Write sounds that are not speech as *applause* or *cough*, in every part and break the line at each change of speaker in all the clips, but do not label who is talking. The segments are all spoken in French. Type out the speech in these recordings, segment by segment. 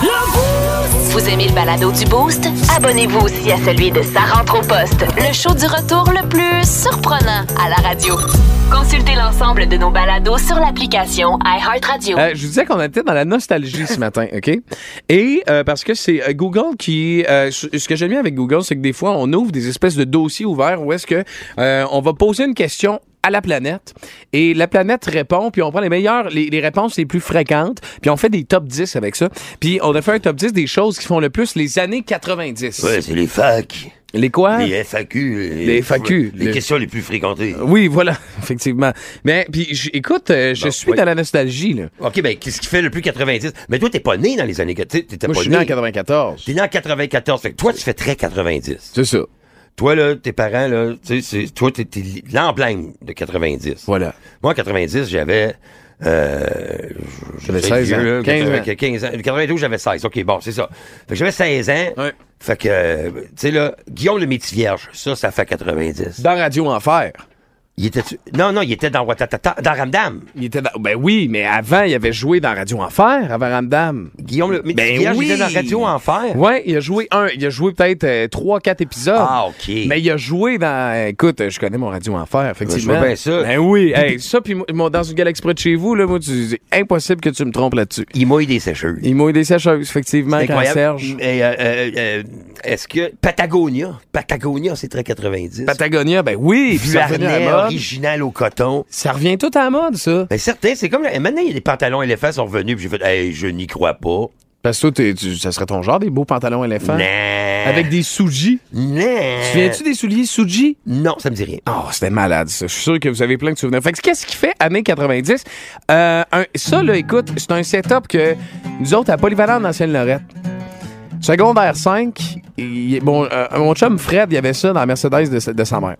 Vous aimez le balado du Boost? Abonnez-vous aussi à celui de Sa rentre au poste, le show du retour le plus surprenant à la radio. Consultez l'ensemble de nos balados sur l'application iHeartRadio.
Euh, je vous disais qu'on était dans la nostalgie ce matin, OK? Et euh, parce que c'est euh, Google qui... euh, ce ce que j'aime bien avec Google, c'est que des fois, on ouvre des espèces de dossiers ouverts où est-ce que euh, on va poser une question à la planète et la planète répond puis on prend les meilleures les, les réponses les plus fréquentes puis on fait des top 10 avec ça puis on a fait un top 10 des choses qui font le plus les années 90
Ouais, c'est les facs,
les quoi
les FAQ, les,
Les FAQ,
les
le-
questions les plus fréquentées.
oui voilà *laughs* effectivement mais puis j- écoute euh, je
Bon,
suis
oui.
dans la nostalgie là
OK, ben, qu'est-ce qui fait le plus 90? Mais toi, t'es pas né dans les années... que- t'sais, T'étais
moi
pas
je suis né en
né.
94
T'es né en 94. Fait que toi, tu fais très 90.
c'est ça
Toi, là, tes parents, là, tu sais, c'est- toi, t'es t'es l'emblème de 90.
voilà
Moi, en 90, j'avais. Euh,
J'avais
j'étais
16 ans.
vieux, là,
15 ans.
80, 15 ans. 92, j'avais 16. OK, bon, c'est ça. Fait que j'avais 16 ans.
Ouais.
Fait que, euh, tu sais, là, Guillaume le Métis Vierge, ça, ça fait 90.
dans Radio Enfer
Il était Non, non, il était dans Watatata, dans Ramdam.
Il était dans- Ben oui, mais avant, il avait joué dans Radio Enfer, avant
*laughs*
Ramdam.
Guillaume le Métis
Ben
Vierge,
oui.
il était dans Radio Enfer.
Ouais, il a joué un, il a joué peut-être euh, trois, quatre épisodes.
Ah, OK.
Mais il a joué dans. Écoute, euh, je connais mon Radio Enfer, effectivement.
je vois bien ça.
Ben oui, hey, ça, puis moi, moi, dans une galaxie près de chez vous, là, moi, tu- c'est impossible que tu me trompes là-dessus.
Il mouille des sécheuses.
Il mouille des sécheuses, effectivement, quand
Incroyable.
Serge.
Et, euh, euh, euh, Est-ce que Patagonia, Patagonia, c'est très 90.
Patagonia, ben oui, puis ça revient à
Patagonia,
la mode.
original au coton.
Ça revient tout à la mode, ça.
Mais certains, c'est comme. là, Maintenant, il y a des pantalons éléphants sont revenus, puis j'ai fait, hey, je n'y crois pas.
Parce que toi, t'es- tu- ça serait ton genre, des beaux pantalons éléphants.
Non.
Avec des sujis.
Non.
Tu viens-tu des souliers sujis?
Non, ça me dit rien.
Oh, c'était malade, ça. Je suis sûr que vous avez plein de souvenirs. Fait que qu'est-ce qui fait années 90? Euh, un- ça, là, écoute, c'est un setup que nous autres, à Polyvalent d'Ancienne-Lorette, secondaire 5, il- bon, euh, mon chum Fred, il y avait ça dans la Mercedes de, sa- de sa mère.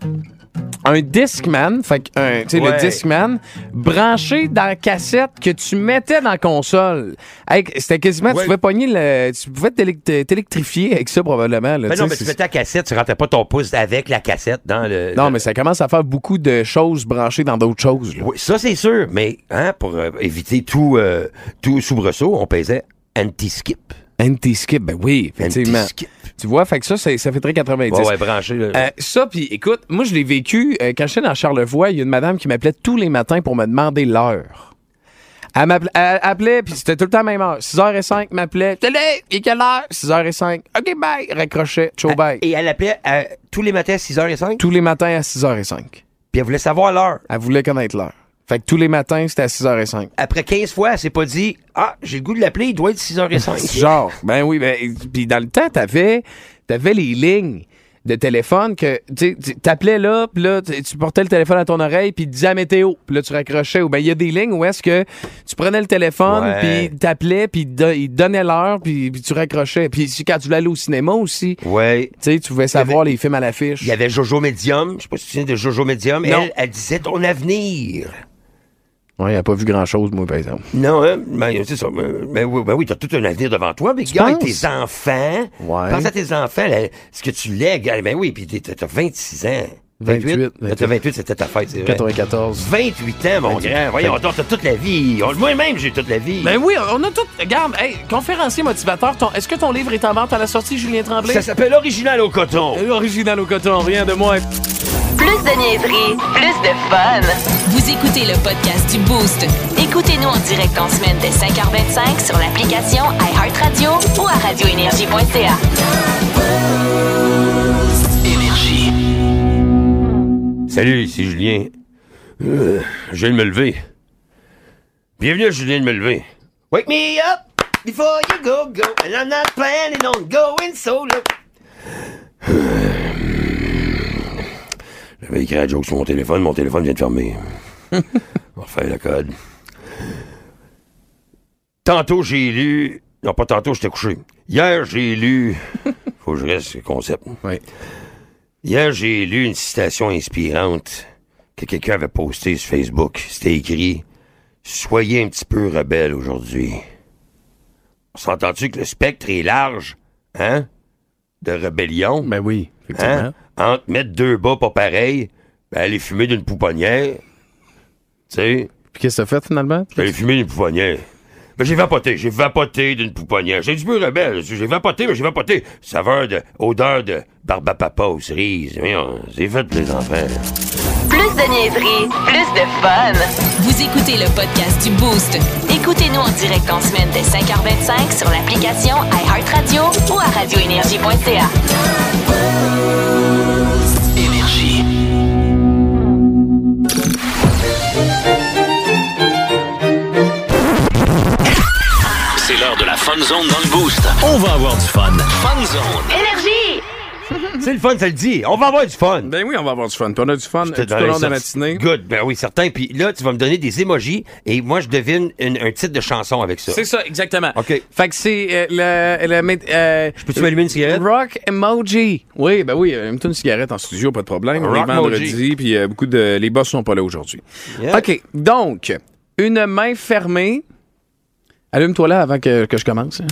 Un Discman, fait que, un- tu sais, le
Ouais.
Discman, branché dans la cassette que tu mettais dans la console. Hey, c'était quasiment, tu
Ouais.
pouvais pogner le, tu pouvais t'élec- t'électrifier avec ça, probablement, là,
Mais
Ah, tu sais,
Ben non, mais tu
c'est-
mettais la cassette, tu rentrais pas ton pouce avec la cassette dans le.
non,
le-
mais ça commence à faire beaucoup de choses branchées dans d'autres choses. là.
Oui, ça, c'est sûr. Mais, hein, pour euh, éviter tout, euh, tout soubresaut, on pesait anti-skip.
Anti-skip, ben oui, effectivement.
Anti-skip.
Tu vois, fait que ça, c'est- ça fait très 90.
Ouais, ouais, branché, là.
Euh, ça, puis écoute, moi, je l'ai vécu euh, quand j'étais dans Charlevoix. Il y a une madame qui m'appelait tous les matins pour me demander l'heure. Elle m'appelait, elle appelait, puis c'était tout le temps la même heure. 6h05, m'appelait. T'es là, il est quelle heure? 6h05. OK, bye. Raccrochait. Ciao, bye.
Ah, Et elle appelait euh, tous les matins à 6h05,
Tous les matins à 6h05.
puis elle voulait savoir l'heure.
Elle voulait connaître l'heure. Fait que tous les matins, c'était à 6h05.
Après 15 fois, elle s'est pas dit Ah, j'ai le goût de l'appeler, il doit être 6h05.
Genre, ben oui, ben, puis dans le temps, t'avais, t'avais les lignes de téléphone que tu sais, tu- t'appelais là, puis là, tu tu portais le téléphone à ton oreille, puis tu disais à météo, puis là, tu raccrochais. Ou ben il y a des lignes où est-ce que tu prenais le téléphone,
Ouais.
puis t'appelais, puis do- il te donnait l'heure, puis puis tu raccrochais. Puis si- quand tu voulais aller au cinéma aussi, tu
Ouais.
sais, tu pouvais savoir les films à l'affiche.
Il y avait Jojo Medium, je sais pas si tu te souviens de Jojo Medium,
Non.
elle, elle disait ton avenir.
Ouais, il a pas vu grand-chose, moi, par exemple.
Non, hein, mais c'est ça. Mais, mais oui, ben oui, t'as tout un avenir devant toi, mais regarde
penses?
tes enfants.
Ouais.
Pense à tes enfants, là, ce que tu lègues. Ah, Ben oui, puis t'es- t'as 26 ans.
28,
28, Là, t'as 28 c'était ta fête, c'est vrai.
94.
28 ans, mon
28.
grand. Voyons, donc, t'as toute la vie. On- Moi-même, j'ai toute la vie.
Ben oui, on a tout. Regarde, hey, conférencier motivateur, ton- est-ce que ton livre est en vente à la sortie, Julien Tremblay? Euh,
ça s'appelle Original au coton.
Original au coton, rien de moins.
Plus de niaiserie, plus de fun. Vous écoutez le podcast du Boost. Écoutez-nous en direct en semaine dès 5h25 sur l'application iHeartRadio ou à radioénergie.ca.
Salut, ici Julien. Euh, je viens de me lever. Bienvenue à Julien de me lever. Wake me up before you go, go. And I'm not planning on going solo. J'avais écrit un joke sur mon téléphone. Mon téléphone vient de fermer. On va refaire le code. Tantôt, j'ai lu... Non, pas tantôt, j'étais couché. Hier, j'ai lu... Faut que je reste sur le concept.
Oui.
Hier, j'ai lu une citation inspirante que quelqu'un avait postée sur Facebook. C'était écrit Soyez un petit peu rebelle aujourd'hui. On s'entend-tu que le spectre est large, hein? De rébellion?
Ben oui,
hein? Entre mettre deux bas pas pareils, ben aller fumer d'une pouponnière. Tu sais,
Puis qu'est-ce que t'as fait finalement?
aller fumer d'une pouponnière. Mais j'ai vapoté, j'ai vapoté d'une pouponnière. J'ai du peu rebelle, j'ai vapoté, mais j'ai vapoté. Saveur de, odeur de barbapapa aux cerises. Voyons, c'est fait pour les enfants. là.
Plus de niaiserie, plus de fun. Vous écoutez le podcast du Boost. Écoutez-nous en direct en semaine dès 5h25 sur l'application iHeartRadio ou à radioénergie.ca.
C'est l'heure de la Fun Zone dans le Boost. On va avoir du fun. Fun Zone.
Énergie!
C'est le fun, ça le dit. On va avoir du fun.
Ben oui, on va avoir du fun. Puis on a Ben, du fun tout
J'étais dans
au long
les
de la
sorties.
matinée.
Good, ben oui, certain. Puis là, tu vas me donner des émojis et moi, je devine une- un titre de chanson avec ça.
C'est ça, exactement.
OK.
Fait que c'est euh, le, le, mé- euh,
Peux-tu m'allumer une cigarette?
Rock Emoji. Oui, ben oui, euh, mets-toi une cigarette en studio, pas de problème. On est
Rock
vendredi, puis euh, beaucoup de. Les boss sont pas là aujourd'hui.
Yeah.
OK. Donc, une main fermée. Allume-toi là avant que, que je commence. hein.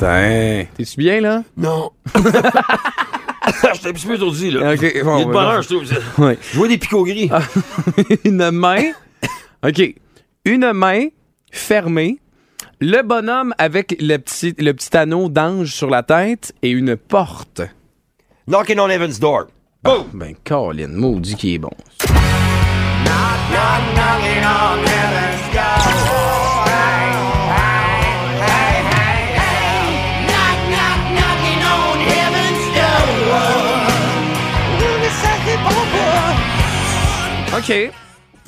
Tain. T'es-tu bien, là?
Non. J'étais un petit peu étourdi, là.
OK.
Il
bon,
y a de
ben,
bonheur, je trouve.
Ouais. Ah.
Je vois des picots gris.
une main. *laughs* OK. Une main fermée. Le bonhomme avec le petit, le petit anneau d'ange sur la tête et une porte.
Knocking on Heaven's Door. Boom!
Ben, Colin, maudit qui est bon. OK.
Ah.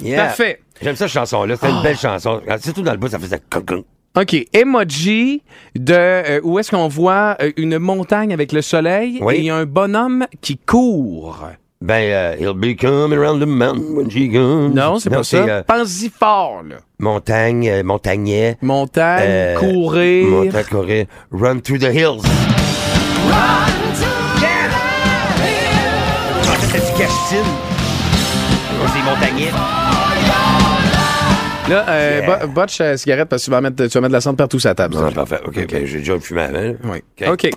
Yeah.
Parfait. Ah.
J'aime ça, cette chanson-là. C'est une belle chanson. Ah, Surtout dans le bout, ça faisait con
OK. Emoji de euh, où est-ce qu'on voit euh, une montagne avec le soleil
Oui.
et il y a un bonhomme qui court.
Ben, euh, he'll be coming around the mountain when she comes.
Non, c'est pas ça.
euh,
Pense-y fort, là.
montagne, euh, montagnet.
Montagne,
euh,
courir.
Montagne, courir. Run through the hills. Ah, ça, c'est du Castine. Oh, C'est montagnais.
Là, euh,
Yeah.
bo- botch euh, cigarette parce que tu vas mettre, tu vas mettre de la cendre partout sur la table.
Non, parfait. OK, ben, j'ai déjà fumé avant. là.
Oui.
OK.
OK.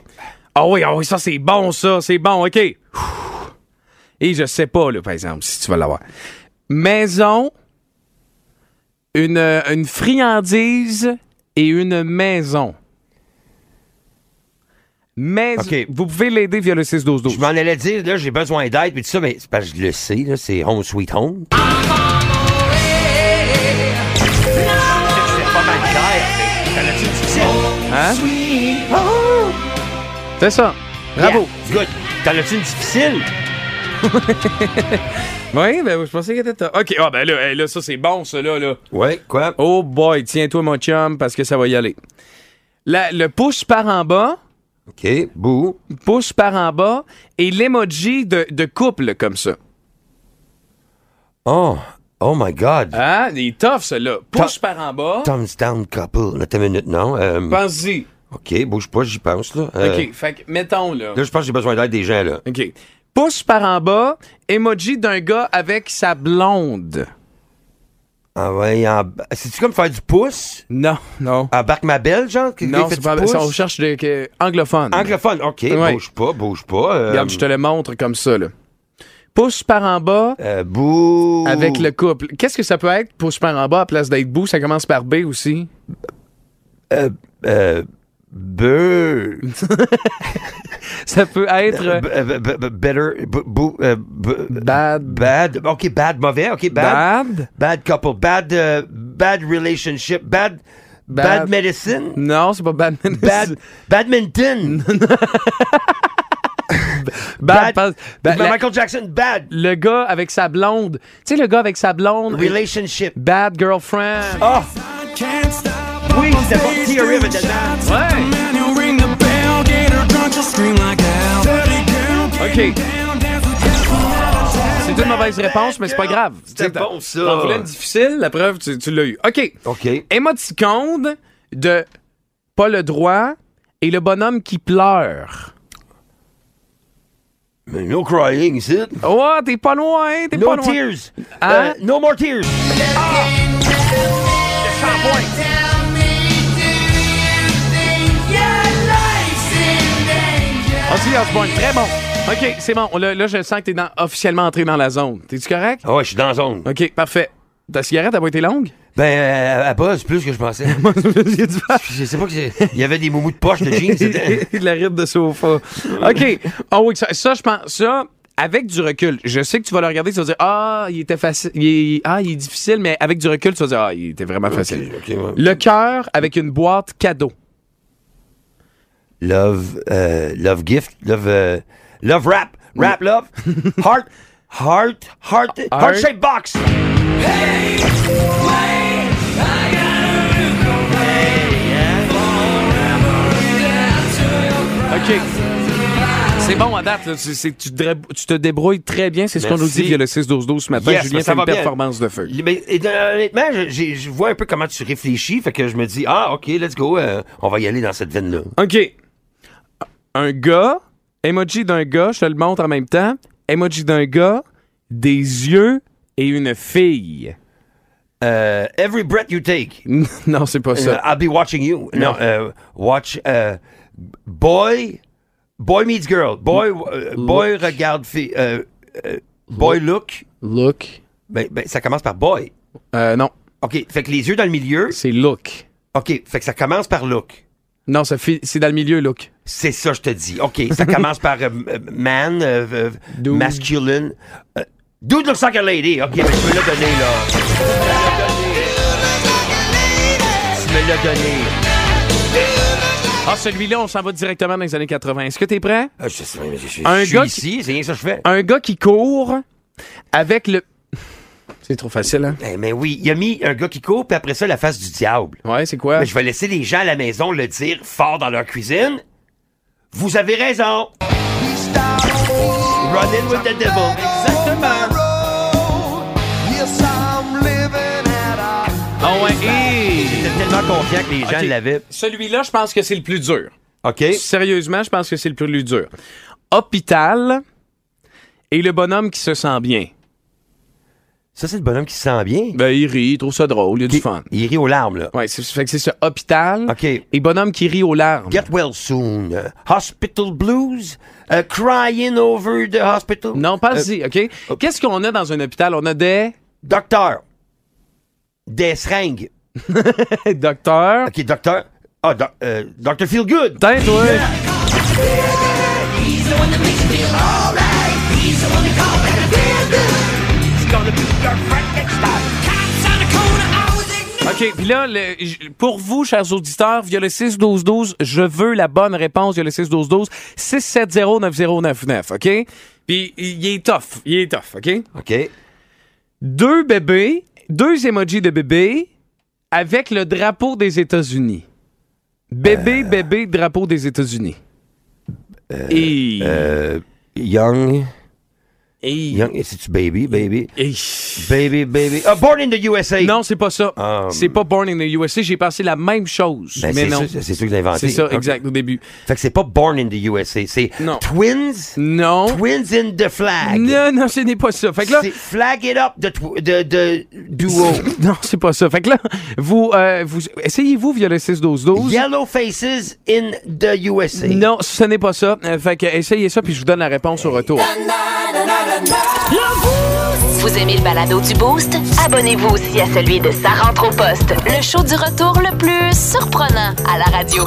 Ah oui, ah oui, ça c'est bon, ça, c'est bon, OK. Ouh. Et je sais pas, là, par exemple, si tu vas l'avoir. Maison, une, euh, une friandise et une maison. Maison.
OK.
Vous pouvez l'aider via le 6-12-12.
Je m'en allais dire, là, j'ai besoin d'aide, puis tout ça, mais c'est parce que je le sais, là, c'est Home Sweet Home.
Hein? C'est ça. Bravo.
Yeah. Good. T'en as-tu une difficile?
Oui, ben, je pensais qu'il était top. OK, ah, ben là, hey, là, ça c'est bon, ça, là. là.
Ouais, quoi?
Oh boy, tiens-toi mon chum parce que ça va y aller. La- le pouce par en bas,
OK, bouh.
pouce par en bas et l'emoji de, de couple comme ça.
Oh, oh my God.
Hein? Il est tough celui-là. Pouce
Ta-
par en bas.
Thumbs down couple. Là, t'as une minute, non? Euh,
Pense-y.
OK, bouge pas, j'y pense, là. Euh,
OK, fait que mettons là.
Là, je pense que j'ai besoin d'aide des gens, là.
OK. Pouce par en bas, emoji d'un gars avec sa blonde.
Ah ouais, en- C'est-tu comme faire du pouce?
Non, non.
Embarque ma belle, genre? Quelqu'un
non,
fait
c'est
du
pas
pouce?
ça, on cherche de, que- anglophone.
Anglophone, OK,
Ouais.
bouge pas, bouge pas. euh,
Regarde, je te le montre comme ça là. Pouce par en bas,
euh, bouh.
avec le couple. Qu'est-ce que ça peut être pour super en bas à place d'être bout? Ça commence par B aussi.
Euh, beu.
Ça peut être euh,
B- b- b- b- Better. b- bou- euh, b-
Bad.
Bad. OK, bad, mauvais. OK, bad.
bad.
Bad couple. Bad, euh, bad relationship. Bad,
Bad-
bad medicine.
Non, c'est pas bad. *laughs*
Bad, badminton.
bad. pas- bad- la-
Michael Jackson, bad.
le gars avec sa blonde. Tu sais, le gars avec sa blonde.
Relationship.
Bad girlfriend.
Ah! Oui, c'est pas Thierry dedans.
Ouais. OK. C'est une mauvaise réponse, mais c'est pas grave.
C'était
Tu sais,
bon, ça.
T'en voulais une difficile, la preuve, tu, tu l'as eu. OK.
OK.
Émoticône de pas le droit et le bonhomme qui pleure.
Mais no crying, is it?
Oh, t'es pas loin, t'es
No
pas loin. Ah.
tears.
Hein?
Euh, no more tears.
Ah, si, ah, c'est bon, très bon. OK, c'est bon. Là, là, je sens que t'es dans- officiellement entré dans la zone. T'es-tu correct?
Ah ouais, je suis Oh, dans la zone.
OK, parfait. Ta cigarette, elle pas été longue? *laughs*
Ben, euh, à base, plus que je pensais. je sais pas que c'est- Il y avait des moumous de poche de jeans. c'était-
de *laughs* la ride de sofa. OK. Ah oui, ça, ça, je pense. Ça, avec du recul, je sais que tu vas le regarder, tu vas dire Ah, il était facile. il est- Ah, il est difficile, mais avec du recul, tu vas dire Ah, il était vraiment facile.
Ok, ouais.
Le cœur avec une boîte cadeau.
Love, euh, love gift, love, euh, love rap, rap *laughs* love, heart, heart, heart, heart shape box.
OK. C'est bon à date. là. C'est- c'est- tu, te dré- tu te débrouilles très bien. C'est ce qu'on nous
Merci.
dit via le 6-12-12 ce matin.
Yes,
Julien,
mais ça
c'est une
va bien.
performance de feu.
Mais, et, euh, honnêtement, je, j'ai- je vois un peu comment tu réfléchis, fait que je me dis ah ok, let's go, euh, on va y aller dans cette veine là.
OK. Un gars, emoji d'un gars, je te le montre en même temps. Emoji d'un gars, des yeux et une fille. *laughs*
Euh, every breath you take,
Non, c'est pas
euh,
ça.
I'll be watching you. Non, euh, watch, euh, boy, boy meets girl, boy, euh, boy regarde fille, euh, euh, boy look.
Look.
Ben, ben, ça commence par boy.
Euh, non,
OK, fait que les yeux dans le milieu.
c'est look.
OK, fait que ça commence par look.
Non, ça fait- c'est dans le milieu, look.
C'est ça, je te dis. OK,
*laughs*
ça commence par euh, euh, man, euh, euh,
Dude.
masculine. Euh, dude looks like a lady. OK, mais tu me l'as donné, là. Tu me l'as donné.
Ah, celui-là, on s'en va directement dans les années 80. Est-ce que t'es prêt?
Ah, je sais, mais je, je-
Un
je suis
gars qui-
ici, c'est rien que ça que je fais.
Un gars qui court avec le... *laughs* C'est trop facile, hein?
Eh, mais oui, il a mis un gars qui court, puis après ça, la face du diable.
Ouais, c'est quoi?
Mais je vais laisser les gens à la maison le dire fort dans leur cuisine. Vous avez raison. Running with the devil. Exactement.
Ah ouais, et...
J'étais tellement confiant que les gens
Ok.
l'avaient.
Celui-là, je pense que c'est le plus dur.
OK.
Sérieusement, je pense que c'est le plus dur. Hôpital et le bonhomme qui se sent bien.
Ça, c'est le bonhomme qui se sent bien.
Ben, il rit, il trouve ça drôle, il a du fun.
Il rit aux larmes, là.
Ouais, c'est, fait que c'est ça. Hôpital
OK.
et bonhomme qui rit aux larmes.
Get well soon. Euh, hospital blues. Euh, crying over the hospital.
Non, pas y OK? Qu'est-ce qu'on a dans un hôpital? On a des *laughs*
Docteur. Des seringues.
docteurs.
OK, docteur. Ah, doc- euh, Dr. Feel Good.
Peut-être, ouais. OK, puis là, le- j- pour vous, chers auditeurs, via le 6-12-12, je veux la bonne réponse via le 6-12-12, 670-9099, OK? Puis il est tough, il est tough, OK?
OK.
Deux bébés, deux emojis de bébés avec le drapeau des États-Unis.
Euh.
Bébé, bébé, drapeau des États-Unis. Et...
Euh, young.
Et...
Young. C'est-tu baby, baby?
Et-
Baby, baby. Ah, born in the USA.
Non, c'est pas ça.
Um,
c'est pas Born in the USA. J'ai pensé la même chose.
Ben,
mais
c'est
non.
ça- c'est ça que j'ai inventé.
C'est ça,
Ok.
exact, au début.
Fait que c'est pas born in the USA. C'est
Non.
twins.
Non.
Twins in the flag.
Non, non, ce n'est pas ça. Fait que là.
C'est flag it up de, tw- de, de duo.
*laughs* Non, c'est pas ça. Fait que là, vous, euh, vous essayez-vous via le 6-12-12.
Yellow faces in the USA.
Non, ce n'est pas ça. Euh, Fait que essayez ça, puis je vous donne la réponse au retour.
Vous aimez le balado du Boost? Abonnez-vous aussi à celui de Sa rentre au poste, le show du retour le plus surprenant à la radio.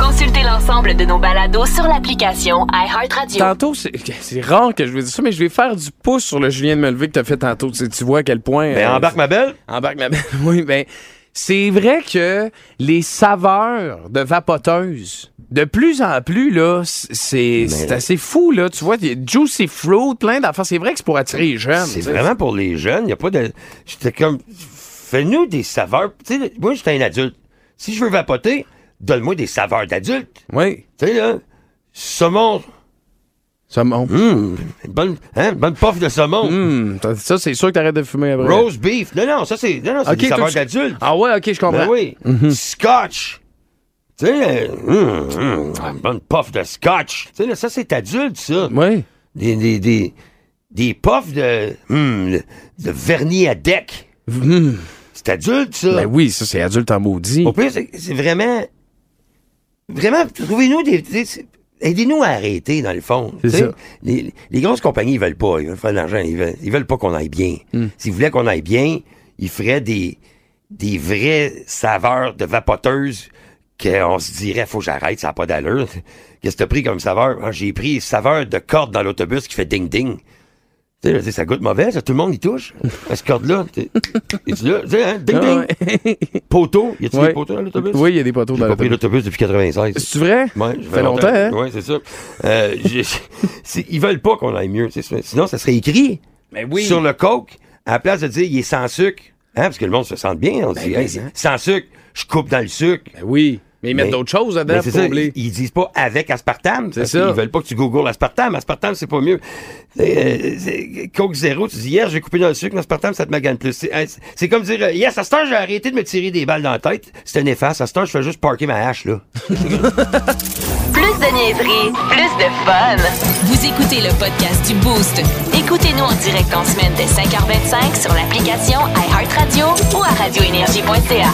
Consultez l'ensemble de nos balados sur l'application iHeartRadio.
Tantôt, c'est *laughs* c'est rare que je vais dire ça, mais je vais faire du pouce sur le Julien de me lever que t'as fait tantôt. Tu, sais, tu vois à quel point.
Ben,
euh,
embarque ma belle.
Embarque ma belle. *laughs* Oui, ben, c'est vrai que les saveurs de vapoteuses, de plus en plus, là, c- c'est c'est assez fou, là. Tu vois, il y a Juicy Fruit, plein d'affaires. C'est vrai que c'est pour attirer les jeunes.
C'est
tu sais.
vraiment pour les jeunes. Y a pas de. J'étais comme. Fais-nous des saveurs. Tu sais, moi, j'étais un adulte. Si je veux vapoter, donne-moi des saveurs d'adulte.
Oui.
Tu sais, là. Saumon.
Saumon.
Hum, Une bonne, hein, une bonne puff de saumon.
Hum, t'as dit Ça, c'est sûr que t'arrêtes de fumer après.
Rose beef. Non, non, ça, c'est. Non, non, c'est
Ok,
des
toi,
saveurs
tu-
d'adulte.
Ah ouais, Mhm. ok, je comprends.
Ben oui. Scotch. Tu sais, euh, hum, hum, une bonne puff de scotch. Tu sais, là, ça, c'est adulte, ça.
Oui.
Des, des, des, des puffs de, hum, de vernis à deck. C'est adulte, ça.
Hmm. Ben oui, ça, c'est adulte en maudit.
Au pire, c'est c'est vraiment. Vraiment, trouvez-nous des. des- c'est- Aidez-nous à arrêter, dans le fond.
C'est
Tu sais,
ça. Hmm.
Les, les grosses compagnies, ils veulent pas. Ils veulent faire de l'argent. Ils veulent, ils veulent pas qu'on aille bien. S'ils voulaient qu'on aille bien, il ferait des, des vraies saveurs de vapoteuse qu'on se dirait, faut que j'arrête, ça n'a pas d'allure. *laughs* Qu'est-ce que t'as pris comme saveur? Ah, J'ai pris saveur de corde dans l'autobus qui fait ding-ding. Tu sais, je veux dire, ça goûte mauvais, ça, tout le monde y touche. *laughs* À cette corde-là, tu tu là, tu sais, hein, ding-ding. Poteau, *laughs* y a-tu
Ah Ouais.
des poteaux dans l'autobus?
Oui, il y a des poteaux
J'ai
dans
pas pris
l'autobus.
l'autobus depuis 96.
C'est vrai?
Ouais,
ça fait longtemps, hein?
Oui, c'est ça. Euh, j'ai- *laughs* c'est- ils veulent pas qu'on aille mieux. c'est ça. Sinon, ça serait écrit
Mais
sur le coke, à la place de dire il est sans sucre. Hein, parce que le monde se sent bien. On dit,
oui,
hey, sans sucre, je coupe dans le sucre.
Ben oui. Mais ils mettent
Mais-
d'autres choses
Mais
dedans
c'est
pour
ça,
combler.
ils, ils disent pas avec aspartame. parce
ça.
qu'ils veulent pas que tu googles aspartame. Aspartame, c'est pas mieux. C'est, euh, c'est- coke zéro, tu dis, hier, j'ai coupé dans le sucre, mais aspartame, ça te magane plus. C'est, hein, c'est- c'est comme dire, euh, yes, à ce temps, j'ai arrêté de me tirer des balles dans la tête. C'était néfaste. À ce temps, je fais juste parker ma hache, là.
Plus de niaiserie, plus de fun. Vous écoutez le podcast du Boost. Écoutez-nous en direct en semaine dès 5h25 sur l'application iHeartRadio ou à radioénergie.ca.